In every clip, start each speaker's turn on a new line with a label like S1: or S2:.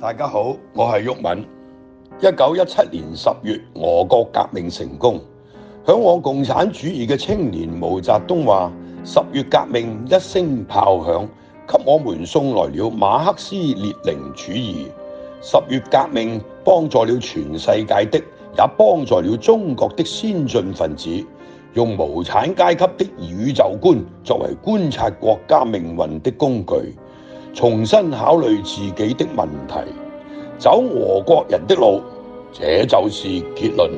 S1: 大家好，我係毓民。一九一七年十月，俄國革命成功。向往共產主義嘅青年毛澤東話：十月革命一聲炮響，給我們送來了馬克思列寧主義。十月革命幫助了全世界的，也幫助了中國的先進分子，用無產階級的宇宙觀作為觀察國家命運的工具。重新考慮自己的問題，走俄國人的路，這就是結論。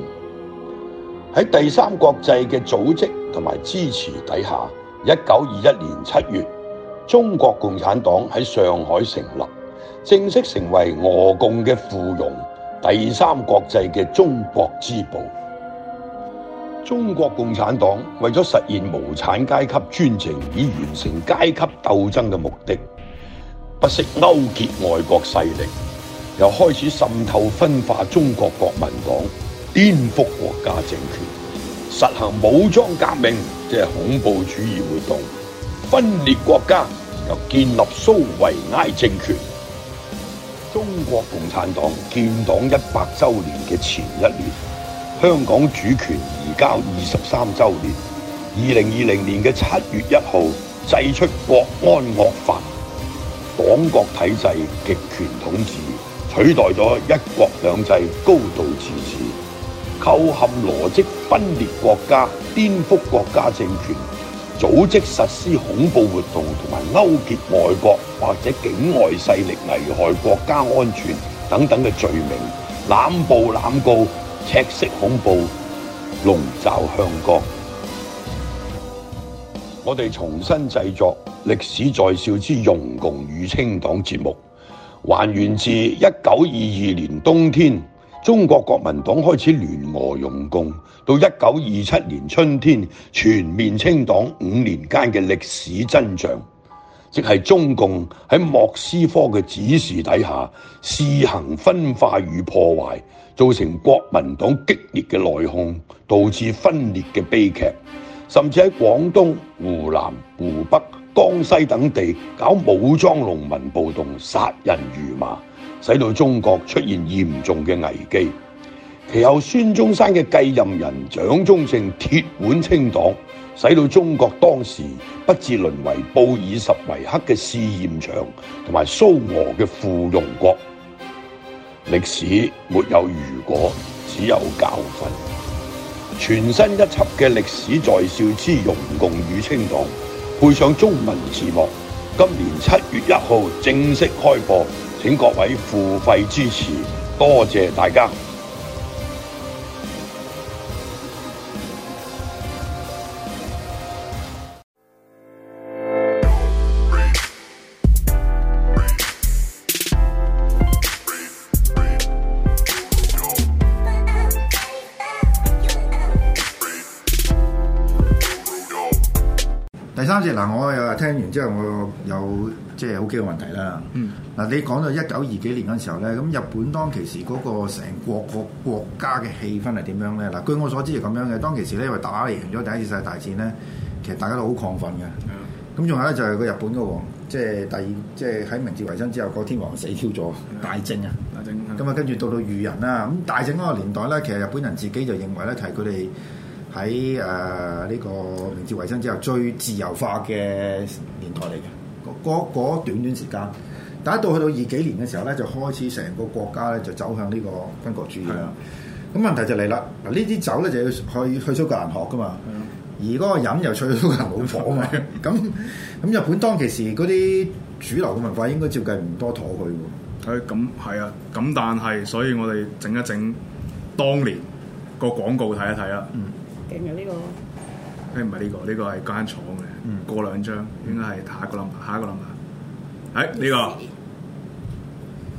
S1: 喺第三國際嘅組織同埋支持底下，一九二一年七月，中國共產黨喺上海成立，正式成為俄共嘅附庸，第三國際嘅中國支部。中國共產黨為咗實現無產階級專政，以完成階級鬥爭嘅目的。不惜勾結外國勢力，又開始滲透分化中國國民黨，顛覆國家政權，實行武裝革命，即係恐怖主義活動，分裂國家，又建立蘇維埃政權。中國共產黨建黨一百週年嘅前一年，香港主權移交二十三週年，二零二零年嘅七月一號制出國安惡法。港國體制極權統治取代咗一國兩制高度自治，構陷羅織分裂國家、顛覆國家政權，組織實施恐怖活動同埋勾結外國或者境外勢力危害國家安全等等嘅罪名，濫捕濫告、赤色恐怖、籠罩香港。我哋重新製作《歷史在笑之容共與清黨》節目，還原自一九二二年冬天，中國國民黨開始聯俄容共，到一九二七年春天全面清黨五年間嘅歷史真相，即係中共喺莫斯科嘅指示底下試行分化與破壞，造成國民黨激烈嘅內訌，導致分裂嘅悲劇。甚至喺廣東、湖南、湖北、江西等地搞武裝農民暴動，殺人如麻，使到中國出現嚴重嘅危機。其後孫中山嘅繼任人蔣中正鐵腕清黨，使到中國當時不致淪為布爾什維克嘅試驗場同埋蘇俄嘅附庸國。歷史沒有如果，只有教訓。全新一輯嘅歷史在笑之容共與清黨，配上中文字幕，今年七月一號正式開播，請各位付費支持，多謝大家。
S2: 第三節嗱，我又聽完之後，我有即係好幾個問題啦。
S3: 嗯，
S2: 嗱，你講到一九二幾年嗰陣時候咧，咁日本當其時嗰個成國個國家嘅氣氛係點樣咧？嗱，據我所知係咁樣嘅。當其時咧，因為打贏咗第一次世界大戰咧，其實大家都好亢奮嘅。咁仲有咧就係個日本嘅王，即係第二，即係喺明治維新之後，個天皇死 Q 咗大正啊！
S3: 阿正
S2: 咁啊，跟住到到裕仁啦，咁大正嗰個年代咧，其實日本人自己就認為咧，係佢哋喺誒呃呢個明治維新之後最自由化嘅年代嚟嘅，嗰嗰短短時間。但一到去到二幾年嘅時候咧，就開始成個國家咧就走向呢個軍國主義啦。咁問題就嚟啦，嗱呢啲酒咧就要去去蘇格蘭學噶嘛。而嗰個飲又吹蘇格蘭老火啊嘛，咁咁日本當其時嗰啲主流嘅文化應該照計唔多妥佢喎。
S3: 佢咁係啊，咁但係，所以我哋整一整當年個廣告睇一睇啦。
S4: 勁啊呢個！
S3: 誒唔係呢個，呢個係間廠嘅，
S2: 嗯
S3: 過兩張應該係下一個 number，下一個 number。誒呢個誒識唔識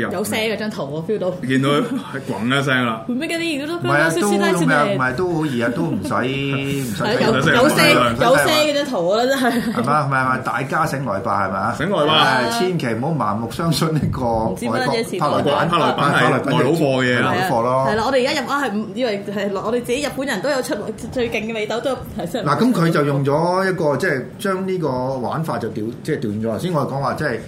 S3: 入？
S4: 有聲嘅張圖我 feel 到。
S3: 見到係滾一聲啦，
S4: 會咩嘅啲？如
S2: 唔
S4: 果
S2: 係啊，
S4: 都
S2: 都
S4: 先
S2: 唔係啊唔
S4: 係
S2: 係都好易啊，都唔使唔 使
S4: 係
S2: 睇
S4: 有
S2: 唔
S3: 有
S2: 使睇
S4: 有
S3: 聲
S2: 唔
S4: 聲
S2: 使睇
S4: 有聲嘅張圖啊，真係
S2: 係嘛？係咪係咪大家醒來吧係咪啊？
S3: 醒來吧
S2: 係千祈唔好盲目相信呢個
S4: 唔知乜
S2: 外國
S4: 嘢事
S2: 拍來版
S3: 拍來版係
S2: 拍來版
S3: 外佬貨嘅嘢
S2: 係
S3: 啊
S2: 外佬貨咯
S4: 係。啦，我哋而家入啊係唔以為係我哋自己日本人都有出最勁嘅味道都有提出嚟。
S2: 嗱，咁佢就用咗一個即係將呢個玩法就調即係調轉咗。頭先我哋講話即係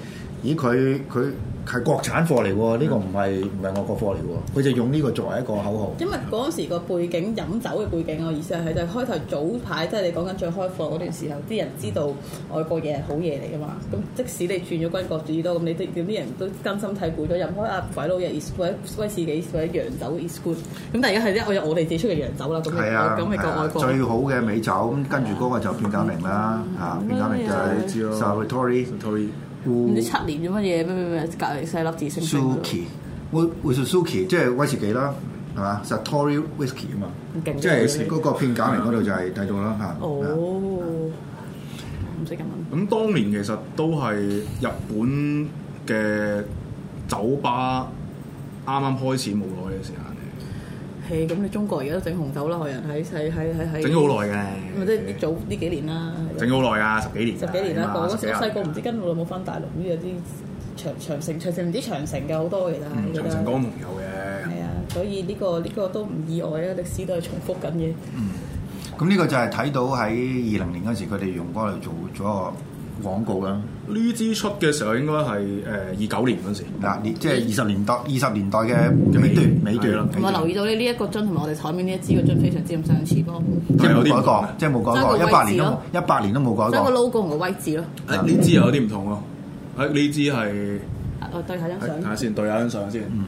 S2: 咦佢佢係國產貨嚟喎，呢個唔係唔係外國貨嚟喎，佢就用呢個作為一個口號。
S4: 因為嗰陣時個背景飲酒嘅背景，我意思係就係開頭早排，即係你講緊最開放嗰段時候，啲人知道外國嘢係好嘢嚟噶嘛。咁即使你轉咗軍國主義多，咁你都點啲人都甘心睇攰咗飲開啊鬼佬嘢 is 或者威士忌或者洋酒 is good。咁但係而家係咧，我有我哋自己出嘅洋酒啦，咁
S2: 係啊，
S4: 咁咪夠
S2: 係啊
S4: 外國。
S2: 最好嘅美酒，咁跟住嗰個就變革明啦，
S4: 嗯
S2: 嚇變革明就
S3: 你知
S2: 係
S3: 咯
S2: Salvatore
S3: 推
S4: 啊唔知七年咗乜嘢咩咩咩隔離細粒字星
S2: Suzuki，會會 Suzuki 即係威士忌啦，係嘛？Satori whisky 啊嘛，
S4: 勁
S2: 即係嗰個變革明嗰度就係睇到啦嚇。
S4: 哦，
S2: 啊
S4: 唔識咁問。
S3: 咁當年其實都係日本嘅酒吧啱啱開始冇耐嘅時間
S4: 係咁，你中國而家都整紅酒啦，學人喺喺喺喺喺
S3: 嚟，整咗好耐嘅。
S4: 咪即係早呢幾年啦，
S3: 整咗好耐啊，十幾年㗎。
S4: 十幾年啦。
S3: 起碼
S4: 我嗰時我
S3: 十幾
S4: 細個
S3: 廿
S4: 唔知跟我老母翻大陸，呢有啲長長城、長城唔知長城嘅好多其實
S3: 嗯
S4: 係覺
S3: 長
S4: 得
S3: 城江
S4: 係
S3: 同有嘅。
S4: 啊，所以呢個呢個都唔意外啊，歷史都係重複緊嘅。
S2: 咁呢個就係睇到喺二零年嗰時，佢哋用嗰度做咗個廣告啦。
S3: 呢支出嘅時候應該係誒二九年嗰陣時。
S2: 嗱，你
S4: 嗯
S2: 即係二十年代二十年代嘅尾段尾
S3: 係啦
S2: 段，
S4: 同埋啊留意到呢呢一個樽同埋我哋台面呢一支個樽非常之咁相似咯，
S2: 即係冇改
S3: 有啲唔啊
S2: 過，即係冇改
S4: 爭個
S2: 過，
S4: 位置
S2: 一百年都
S4: 咯
S2: 冇一百年都冇
S4: 即
S2: 改
S4: 係 個
S2: 過。
S4: logo 同個位置咯。
S3: 誒呢支有啲唔同喎。誒呢支係
S4: 啊我對下張相，
S3: 睇
S4: 我
S3: 下
S4: 呢
S3: 先，對下張相先。
S2: 嗯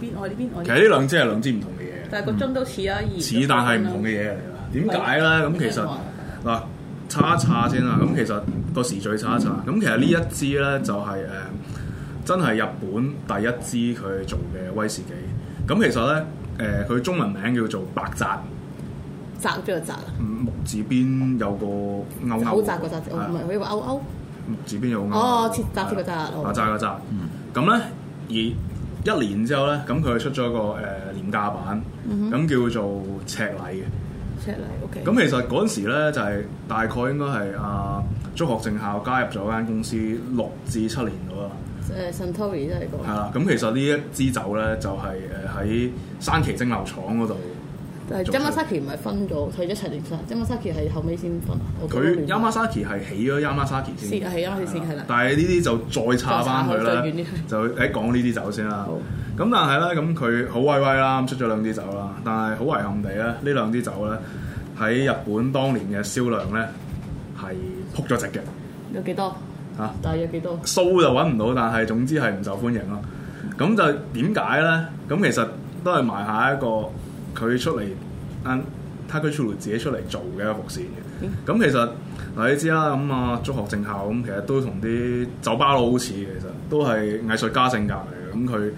S4: 邊，哦我呢邊，我
S3: 其
S4: 呢
S3: 實
S4: 邊。
S3: 呢兩支係兩支唔同嘅嘢。
S4: 但係個樽都似啊，而
S3: 似但係唔同嘅嘢嚟啦。點解咧？咁其實嗱，查一查先啦。咁其實個時序查一查。咁其實呢一支咧就係、誒、真係日本第一支佢做嘅威士忌。咁其實咧誒佢中文名叫做白澤。
S4: 擲咗就擲啊，
S3: 嗯木字邊有個勾
S4: 好
S3: 勾，
S4: 擲個擲，我唔
S3: 係
S4: 係佢話勾勾。
S3: 木字邊有個勾勾
S4: 哦切擲切個擲哦
S3: 啊擲個擲。咁咧而一年之後咧，咁佢出咗個誒廉價版，
S4: 嗯
S3: 咁叫做赤禮嘅。
S4: 出嚟，OK。
S3: 咁其實嗰陣時咧，就係、大概應該係阿中學正校加入咗間公司六至七年到啦，
S4: 誒 Suntory 真係個
S3: 係，啦。咁其實呢一支酒咧，就係誒喺山崎蒸餾廠嗰度，
S4: 但係 Yamasaki 唔係分咗，退咗陳年山，Yamasaki 係後尾先分。啊我覺得
S3: 佢
S4: 亂
S3: Yamasaki 係起咗 Yamasaki 先，
S4: 先係 Yamasaki 先係啦啊
S3: 但係呢啲就再差翻佢啦
S4: 再差，
S3: 就誒講呢啲酒先啦
S4: 好。
S3: 咁但係咧，咁佢好威威啦，咁出咗兩支酒啦，但係好遺憾地咧，呢兩支酒咧喺日本當年嘅銷量咧係撲咗值嘅
S4: 有幾多？
S3: 嚇。啊
S4: 大約幾多？
S3: 數就揾唔到，但係總之係唔受歡迎咯。咁就點解咧？咁其實都係埋下一個佢出嚟，啱 t a k u c h u 自己出嚟做嘅一個伏線
S4: 嗯
S3: 嘅。咁其實嗱，你知啦，咁啊，中學正校咁，其實都同啲酒吧佬好似嘅，其實都係藝術家性格嚟嘅。咁佢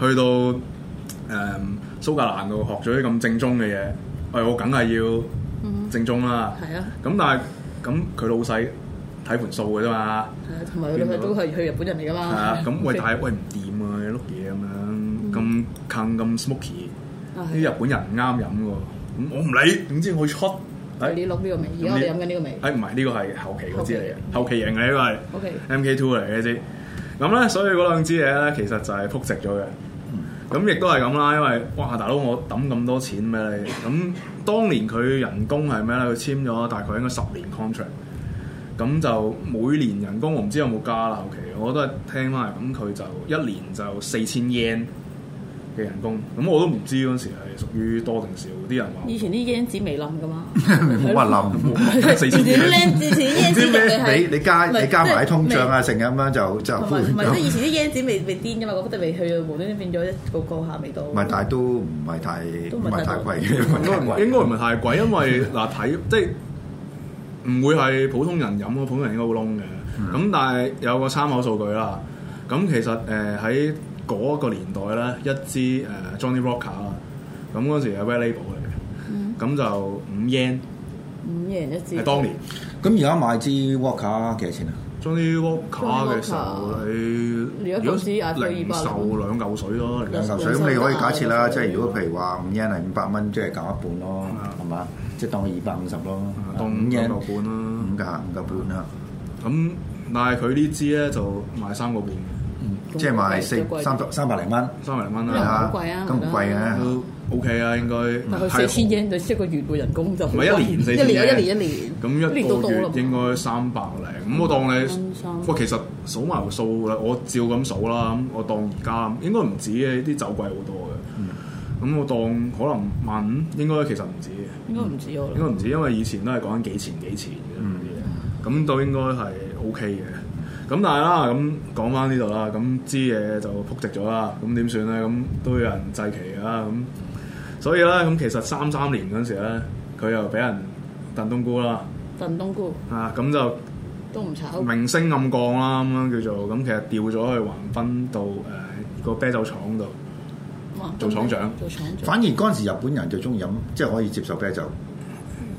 S3: 去到誒、蘇格蘭度學咗啲咁正宗嘅嘢，喂、我梗係要正宗啦。
S4: 嗯係啊，
S3: 咁但係咁佢老細睇盤數嘅啫嘛。
S4: 係啊，同埋佢女朋友都係去日本人嚟㗎
S3: 係啊
S4: 嘛。，
S3: 咁喂，但係喂唔掂啊，碌嘢咁樣咁近咁 smoky，
S4: 啊
S3: 啲日本人唔啱飲喎，咁我唔理，總之我出，哎誒
S4: 係啊呢碌呢個味，而家我哋飲緊呢個味。
S3: 哎誒唔係呢個係後期嗰支嚟嘅，後期型嚟呢
S4: OK，
S3: 個係 MK Two 嚟嘅一支，咁咧所以嗰兩支嘢咧其實就係撲直咗嘅。咁亦都係咁啦，因為哇大佬我抌咁多錢俾你，咁當年佢人工係咩咧？佢簽咗大概應該十年 contract，咁就每年人工我唔知有冇加啦。後期我都係聽翻嚟，咁佢就一年就四千 yen 嘅人工，咁我都唔知嗰陣時係屬於多定少，啲人話
S4: 以前啲英子未冧㗎嘛。
S2: 冇乜冧。
S3: 四千 yen，
S4: 以前啲英子入去係
S2: 你你加
S4: 唔係
S2: 你加埋啲
S4: 即係
S2: 通脹啊，成咁樣就就
S4: 同埋唔係即係以前啲椰子未未癲噶嘛，我覺得未去到無端端變咗一個個下味道。
S2: 唔係，但係都唔係太
S4: 都
S2: 唔
S4: 唔係
S2: 係太
S4: 太
S2: 貴嘅，唔係太貴。
S3: 應該唔係太貴，因 為嗱睇即係唔會係普通人飲咯，普通人應該會窿嘅。
S2: 嗯
S3: 咁、但係有個參考數據啦。咁其實誒喺嗰個年代咧，一支誒、呃 Johnny Rocker 啦，咁嗰時係 Red Label 嚟嘅，咁、就五 yen
S4: 五贏一支。
S3: 係當年。
S2: 咁而家買支 Walker 幾多錢啊？
S3: Johnny Walker 嘅時候，你
S4: 如果嗰時嗌佢
S3: 零
S4: 200
S3: 售兩嚿水咯，
S2: 兩
S3: 兩
S2: 嚿水咁你可以假設啦，即係如果譬如話五 yen 係五百蚊，即係減一半咯，係嘛？即係當佢二百五十咯，
S3: 當
S2: 五
S3: 兩
S2: yen 嗯
S3: 嚿半啦。
S2: 五價五個半啦，
S3: 咁但係佢呢支咧就賣三個半，
S2: 即係賣
S4: 貴貴
S2: 四三百三百零蚊，
S3: 三百零蚊
S4: 因為
S2: Dạ,
S3: 啦。
S4: 好貴啊
S2: 咁唔貴嘅。
S3: 都 OK 啊，應該
S4: 但佢
S3: 係
S4: 四千英，就一個月嘅人工就
S3: 唔係一年四
S4: 一
S3: 千
S4: 年一
S3: 英
S4: 年一年
S3: 咁
S4: 一
S3: 一
S4: 年都
S3: 個
S4: 到
S3: 月
S4: 啦嘛。嗯
S3: 應該三百零咁我當你
S4: 真心
S3: 喂，其實數埋條數啦，我照咁數啦，咁我當而家應該唔止嘅，啲酒貴好多嘅。
S4: 嗯
S3: 咁、我當可能萬五，應該其實唔止嘅。
S4: 應該唔止我
S3: 應該
S4: 啦。
S3: 唔止，因為以前都係講緊幾錢幾錢嘅嗰啲嘢，咁都應該係 O K 嘅。咁但係啦，咁講翻呢度啦，咁支嘢就撲直咗啦，咁點算咧？咁都有人制期㗎啦，咁所以咧，咁其實三三年嗰陣時咧，佢又俾人燉冬菇啦，
S4: 燉冬菇
S3: 啊咁就。
S4: 都唔炒，
S3: 明星暗降啦，咁樣叫做咁，其實調咗去橫濱到誒個啤酒廠度，
S4: 哇
S3: 做廠長
S4: 做廠長
S2: 反而嗰陣時日本人就中意飲，即係可以接受啤酒。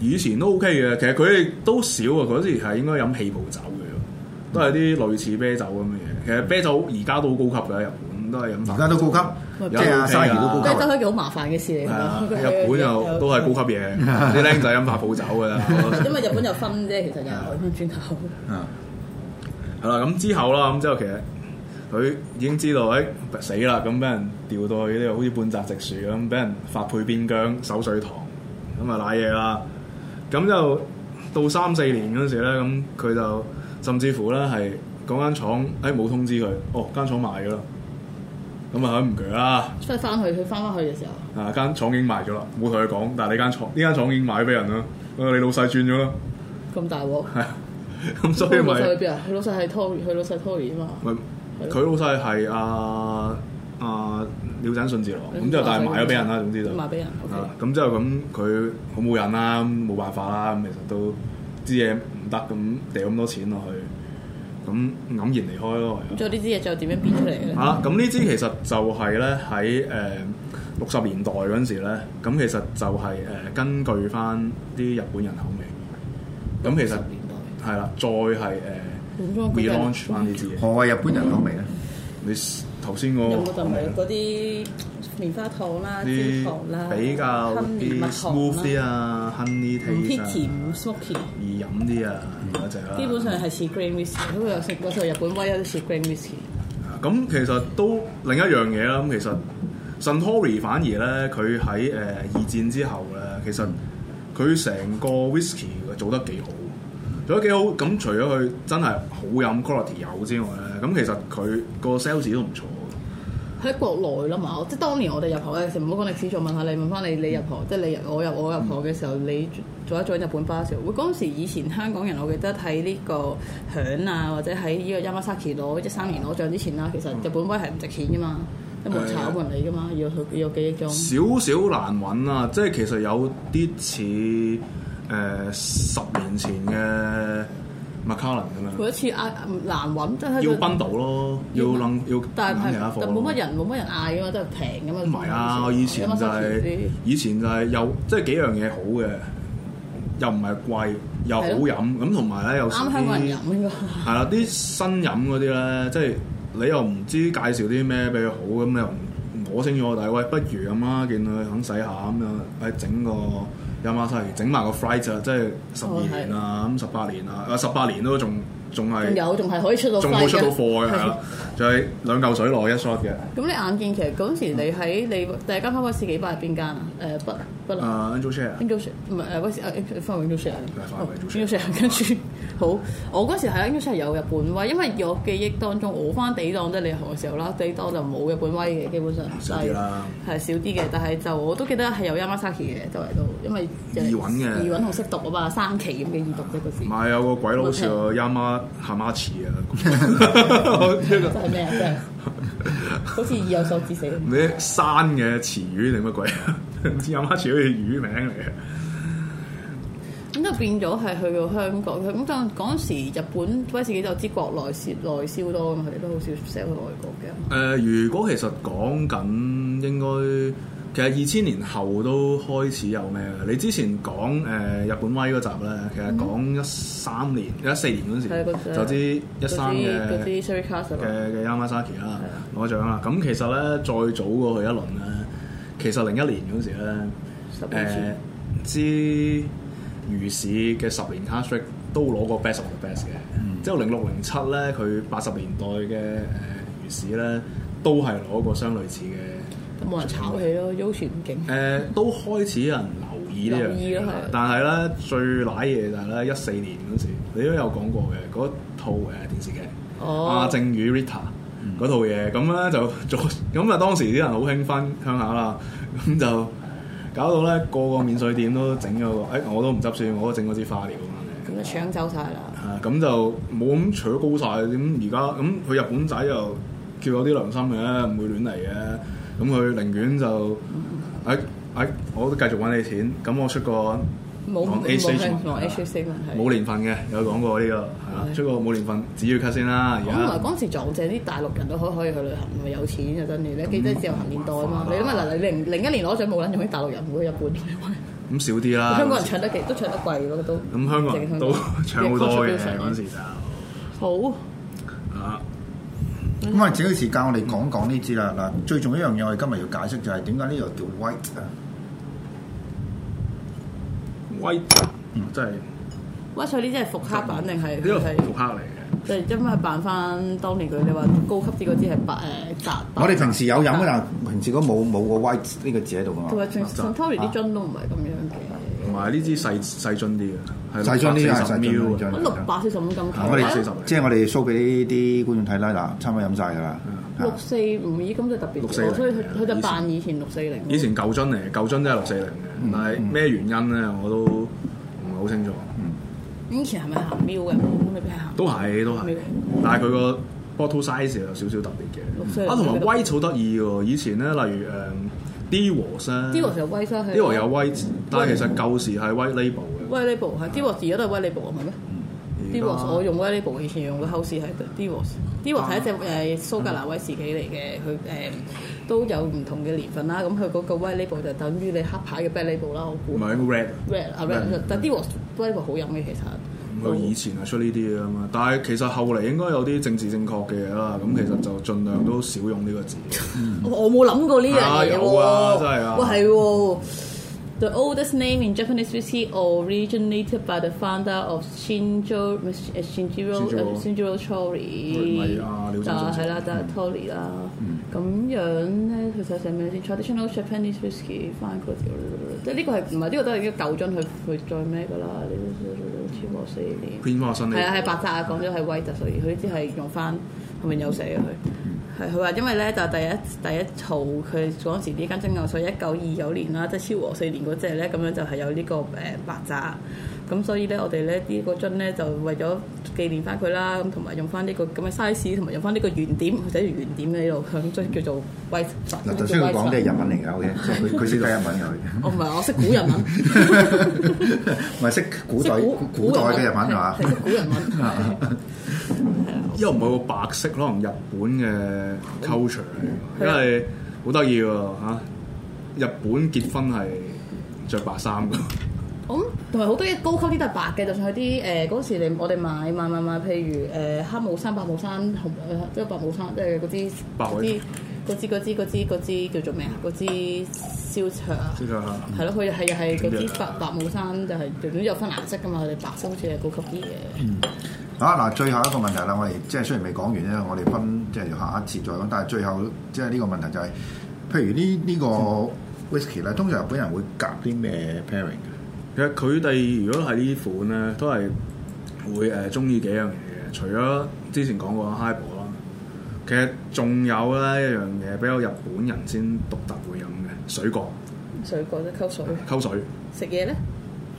S3: 以前都 OK 嘅，其實佢哋都少啊。嗰時係應該飲氣泡酒嘅，都係啲類似啤酒咁嘅嘢。其實啤酒而家都好高級嘅，日本都係 飲法。
S2: 而家都高級，
S4: 喂
S2: 即係阿沙兒都高
S4: 啤
S2: 級啊。
S4: 酒係一件好麻煩嘅事嚟㗎
S3: 係啊
S4: 嘛。佢
S3: 日本又都係高級嘢，啲僆仔飲發泡酒㗎啦。 啊
S4: 因為啊日本有分啫，其實有轉頭
S2: 嗯
S3: 係啦，咁之後啦，咁之後其實佢已經知道，誒、死啦，咁俾人調到去呢度，好似半澤直樹咁，俾人發配邊疆守水塘，咁啊賴嘢啦。咁就到三四年嗰陣時咧，咁佢就甚至乎咧係嗰間廠，誒、冇通知佢，哦間廠賣咗啦，咁啊佢唔鋸啦。
S4: 出翻去，佢翻翻去嘅時候，
S3: 啊間廠已經賣咗啦，冇同佢講，但係你間廠呢間廠已經賣咗俾人啦，啊你老細轉咗啦，啊
S4: 咁大鑊。
S3: 咁 所以
S4: 佢
S3: 咪
S4: 老細去邊啊？佢老細係 Tory，佢老細 Tory 啊嘛。
S3: 咪佢老細係阿阿鳥井信治郎，
S4: 嗯
S3: 咁之後但係賣咗俾人啦，總之就
S4: 賣俾人，OK
S3: 啊咁之後咁佢好冇癮啦，咁冇辦法啦，咁其實都啲嘢唔得，咁掉咁多錢落去，咁黯然離開咯。唯有
S4: 仲有呢啲嘢，仲有點樣變出嚟嘅咧？
S3: 啊，咁呢支其實就係咧喺誒六十年代嗰陣時咧，咁其實就係誒呃根據翻啲日本人口味，咁其實
S4: 年代
S3: 係啦，再係誒呃
S4: 本裝嗰
S3: relaunch 翻呢支嘢。
S2: 何謂日本人口味咧？
S3: 你頭先嗰
S4: 有
S3: 個
S4: 冇就係嗰啲棉花糖啦、焦糖啦
S3: 啊啲、比較
S4: 蜜
S3: 啲
S4: 糖
S3: smooth 啲
S4: 啦，
S3: 啊，honey
S4: 唔
S3: taste 啊
S4: picky 唔 smoky，
S3: 易飲啲啊嗰只啦。
S4: 嗯基本上係似 green whisky。都有食過，就日本威啊都似 green whisky。
S3: 咁其實都另一樣嘢啦。咁其實 Suntory 反而咧，佢喺誒二戰之後咧，其實佢成個 whisky 做得幾好，做得幾好。咁除咗佢真係好飲 quality 有之外咧，咁其實佢個 sales 都唔錯嘅。
S4: 喺國內啦嘛，即係當年我哋入行嘅時候，唔好講歷史，再問下你，問翻你，你入
S3: 嗯
S4: 行，即係你入我入我入行嘅時候，你做一做日本巴士，會嗰陣時以前香港人，我記得睇呢個響啊，或者喺呢個 Yamasaki 攞一三年攞獎之前啦，啊其實
S3: 嗯
S4: 日本威係唔值錢噶嘛，都冇炒過人嚟噶嘛，要要幾億種。
S3: 少少難揾啊！即係其實有啲似誒十年前嘅 McLaren 咁
S4: 每一次嗌難揾，即係
S3: 樣，要奔到咯，要楞要
S4: 但
S3: 諗
S4: 係
S3: 其他貨咯
S4: 但冇乜。人冇乜人嗌噶嘛，都係平噶嘛。
S3: 唔係啊！我以前就係、以前就係有即係幾樣嘢好嘅，又唔係貴，又好飲咁，同埋咧有時
S4: 啱香港人飲應該。
S3: 係啦，啲新飲嗰啲咧，即係你又唔知介紹啲咩俾佢好，咁又唔我升咗我底，喂，不如咁啦，見佢肯洗下咁樣，誒整個飲下曬，整埋個 fry 就即係十
S4: 哦
S3: 二年啊，咁十八年啊，啊十八年都仲仲
S4: 仲
S3: 係
S4: 有仲係可以出到
S3: 仲冇
S4: 輝
S3: 出到
S4: 嘅
S3: 貨嘅，係啊啦，就係兩嚿水落一 shot 嘅，
S4: 咁你眼見其實嗰陣時你喺你第一間開威士忌吧係邊間啊？誒不不啦。
S3: 啊 Angel Share。
S4: Angel Share 唔係誒威士啊誒翻去 Angel
S3: 係
S4: Share
S3: 翻
S4: 哦
S3: 去 Angel
S4: Angel Share 跟住好，我嗰時係 Angel Share 有日本威，因為我記憶當中我翻地檔即係你學嘅時候啦，地檔就冇日本威嘅，基本上
S3: 啊少啲啦
S4: 但係，係少啲嘅，但係就我都記得係有 Yamasaki 嘅周圍都，因為
S3: 易揾嘅
S4: 易揾同識讀啊嘛，三期咁嘅易讀啫嗰時
S3: 唔。係有個鬼佬叫做 Yama Hamachi 啊， 一個
S4: 真係咩啊？真係好似意有所指死咁。
S3: 你山嘅池魚定乜鬼啊？唔知 Yamachi 好似魚名嚟嘅。
S4: 咁就變咗係去到香港，咁但嗰陣時日本威士忌就知國內銷內銷多嘛，佢哋都好少 sell 去外國嘅。
S3: 誒、如果其實講緊應該，其實二千年後都開始有咩嘅？你之前講誒、日本威嗰集咧，其實講一三年、一四年嗰
S4: 嗯係
S3: 時
S4: 嗰隻
S3: 就知一三嘅
S4: 嗰啲嗰啲 sherry cask
S3: 嘅
S4: 啊
S3: 嘅 Yamasaki 啦
S4: 係啊
S3: 攞獎啦。咁其實咧再早過去一輪咧，其實零一年嗰時咧。
S4: 十年
S3: 誒
S4: 前
S3: 支魚市嘅十年 c a s t r i c 都攞過 best of the best 嘅。
S4: 嗯
S3: 之後零六零七咧，佢八十年代嘅誒呃魚市咧，都係攞過相類似嘅。
S4: 冇人炒起咯，Yoshi 唔勁。
S3: 呃誒、都開始有人留意呢樣嘢
S4: 留意咯係
S3: 但係咧最賴嘢就係咧一四年嗰時，你都有講過嘅嗰套誒電視劇《阿
S4: 哦，嗯
S3: 正與 Rita》嗰套嘢，咁咧就做 咁啊！當時啲人好興翻鄉下啦， 咁就搞到咧個個免稅店都整咗個，誒、我都唔執算，我都整嗰支花鳥咁樣嘅。
S4: 咁就啊搶走晒啦。
S3: 啊，咁就冇咁扯高晒。咁而家咁佢日本仔又叫有啲良心嘅，唔會亂嚟嘅。咁佢寧願就誒誒、哎我都繼續揾你錢。咁我出個
S4: 冇
S3: 講
S4: 冇
S3: H
S4: 冇
S3: H
S4: 香港 H C 問題。
S3: 啊冇年份嘅，有講過呢、個係啦，
S4: 係
S3: 出個冇年份只要 cut 先啦。而
S4: 我同埋
S3: 家
S4: 啊嗰陣時撞正啲大陸人都可可以去旅行，咪有錢就真係咧，記得自由行年代啊
S3: 嗯
S4: 嘛。你諗下嗱，你零零一年攞獎冇撚用啲大陸人會去日本，
S3: 咁少啲啦。
S4: 香港人搶得幾都搶得貴咯都。
S3: 啊咁香港人都搶好多嘅嗰陣時就
S4: 好。
S3: 啊，
S2: 咁啊，這個時間我哋講講呢支啦。嗱，最重要一樣嘢，我哋今日要解釋就係點解呢個叫 white 啊？
S3: 威真係呢
S4: 哇！佢呢啲係復刻版定係
S3: 個
S4: 係
S3: 係復刻嚟嘅，
S4: 即係因為扮翻當年佢你話高級啲嗰啲係白誒雜。
S2: 我哋平時有飲嘅，但係平時嗰冇冇個 white 呢個字喺度噶嘛
S4: 同。埋 Suntory 啲樽都唔係咁樣嘅，
S3: 同埋呢支細細樽啲嘅，
S2: 細樽啲係
S3: 四十啊
S2: 細樽啲
S4: 咁
S2: 樽
S3: ml
S4: 六百四十五咁
S2: 啊我
S3: 係
S4: 強
S3: 40
S2: 哋即係我哋 show 俾啲觀眾睇啦，嗱，差唔多飲晒㗎啦。
S4: 六四五咦咁就特別
S3: 六四
S4: 咗，
S3: 零
S4: 所以佢佢
S3: 以
S4: 就
S3: 前
S4: 扮以前六四零。
S3: 以前舊樽嚟嘅，舊樽真係六四零
S4: 嗯
S3: 嘅，但係咩原因咧我都唔係好清楚，
S4: 以前係咪行喵嘅？咁未必係行。
S3: 都係都係
S4: 咩，
S3: 但係佢個 bottle size 有少少特
S4: 六
S3: 別
S4: 四
S3: 嘅，
S4: 零
S3: 啊同埋威草得意喎，以前咧例如誒呃 D 和聲
S4: 啲鑊就威沙係。
S3: D 和有威，但係其實舊時係威 label 嘅，
S4: 威利布係啲鑊，而家都係威利布啊，唔係咩？
S3: 而
S4: d
S3: 家
S4: w o s 我用威利布，以前用嘅後市係 d w o s d w o s
S3: 啊
S4: 係一隻誒蘇格蘭威士忌嚟嘅，佢誒、呃都有唔同嘅年份啦。咁佢嗰個威利布就等於你黑牌嘅 black label 啦，我
S3: 唔
S4: 估。
S3: 係應該 red。
S4: red 啊 red，但 d w o s 威利布好飲嘅其實。
S3: 咁佢以前係出呢啲嘢啊嘛，但係其實後嚟應該有啲政治正確嘅嘢啦，咁其實就盡量都少用呢個字。
S4: 我冇諗過呢樣
S3: 啊
S4: 嘢喎，
S3: 有啊真係啊
S4: 哇係喎。The oldest name in Japanese whiskey originated by the founder of Shinjo uh, Shinjiro
S3: Shinjiro
S4: Shinjiro
S3: 咪
S4: Tori，
S3: 啊廖振
S4: 就
S3: 中
S4: 係啦，就係 Tori 啦。
S3: 嗯
S4: 咁樣咧，佢就寫咩先？Traditional Japanese whiskey fine g o o d 即係呢個係唔係呢個都係啲舊樽去去再咩㗎啦？超過四年。
S3: Queen 花生呢
S4: 係啊，係白澤啊，講咗係威特，所以佢呢啲係用翻後面有寫嘅佢。係佢話因為咧就第一第一套佢嗰陣時呢間蒸餾所一九二九年啦，即係超和四年嗰只咧，咁樣就係有呢、個誒、白澤。咁所以咧，我哋咧呢個樽咧就為咗紀念翻佢啦，咁同埋用翻呢個咁嘅 size，同埋用翻呢個圓點，佢寫住圓點喺度，咁所以叫做威特。
S2: 嗱，頭先佢講啲係日啊文嚟㗎，OK，即係佢佢識得日文 㗎佢。
S4: 哦我唔係，我識古人啊
S2: 唔
S4: 文。
S2: 係識古代
S4: 識
S2: 古代嘅日 文係嘛
S4: 係？識古人文。
S3: 因為唔係個白色，可能日本嘅 culture 嚟嘅，因為好得意喎嚇。日本結婚係着白衫㗎，
S4: 咁同埋好多嘢高級啲都係白嘅，就算佢啲誒嗰時你我哋買買買買，譬如誒、黑帽衫、白帽衫、紅誒即係白帽衫，即係嗰啲
S3: 白
S4: 嗰
S3: 海
S4: 啲嗰支嗰支嗰支嗰支叫做咩啊？嗰支燒灼啊！
S3: 即係
S4: 係咯，佢又係又係嗰啲白白帽衫，就係總之有分顏色噶嘛。佢哋白色好似係高級啲嘅。
S2: 好啊，嗱，最後一個問題啦，我哋即係雖然未講完咧，我哋分即係下一次再講，但係最後即係呢個問題就係、譬如呢呢、個 whisky 咧，通常日本人會夾啲咩 pairing 嘅？
S3: 其實佢哋如果係呢款咧，都係會誒中意幾樣嘢嘅，除咗之前講過嘅 highball 啦，其實仲有咧一樣嘢比較日本人先獨特會飲嘅水果
S4: 水果啫，溝水
S3: 溝水。
S4: 食嘢咧，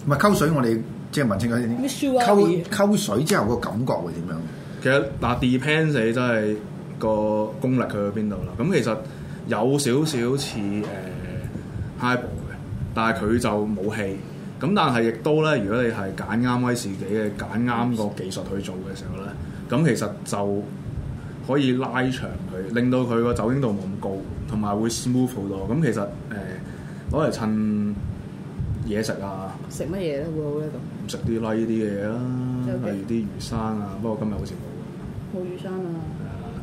S2: 唔係溝水，我哋即係問清楚
S4: 咩
S2: 先。
S4: 燒啊
S2: 溝
S4: 啲
S2: 溝水之後個感覺會點樣？
S3: 其實嗱，depends 你真係個功力去到邊度啦。咁其實有少少似誒 highball 嘅，但係佢就冇氣。咁但係亦都咧，如果你係揀啱威士忌嘅，揀啱個技術去做嘅時候咧，咁其實就可以拉長佢，令到佢個酒精度冇咁高，同埋會 smooth 好多。咁其實誒攞嚟襯嘢食啊，
S4: 食乜嘢咧會好咧咁？
S3: 食啲拉啲嘅嘢啦，
S4: OK
S3: 例如啲魚生啊。不過今日好似冇。
S4: 冇魚生啊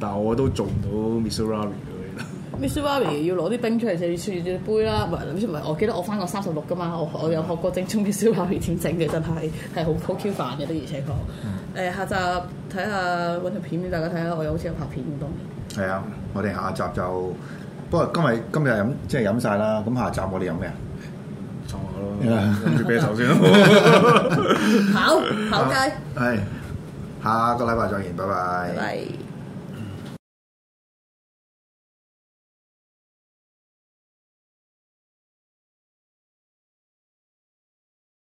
S3: 但我都做唔到 Misurari 嗰啲啦。
S4: ！Miss Barry 要攞啲冰出嚟，就要雪住杯啦。唔係，唔係，我記得我翻過三十六噶嘛，我我有學過正宗 Miss Barry 點整嘅，真係係好好 Q 煩嘅，的而且確。誒、下集睇下揾條片俾大家睇下，我又好似有拍片咁多。
S2: 係啊，我哋下集就不過今日今日飲即係飲晒啦，咁下集我哋飲咩啊？
S3: 坐下咯，
S2: Yeah
S3: 飲住啤酒先。
S4: 跑跑街，
S2: 係，下個禮拜再見，拜拜
S4: 拜。拜。